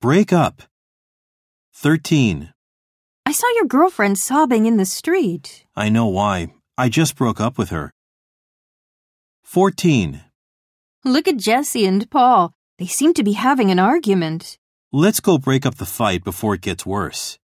Break up. 13. I saw your girlfriend sobbing in the street. I know why. I just broke up with her. 14. Look at Jesse and Paul. They seem to be having an argument. Let's go break up the fight before it gets worse.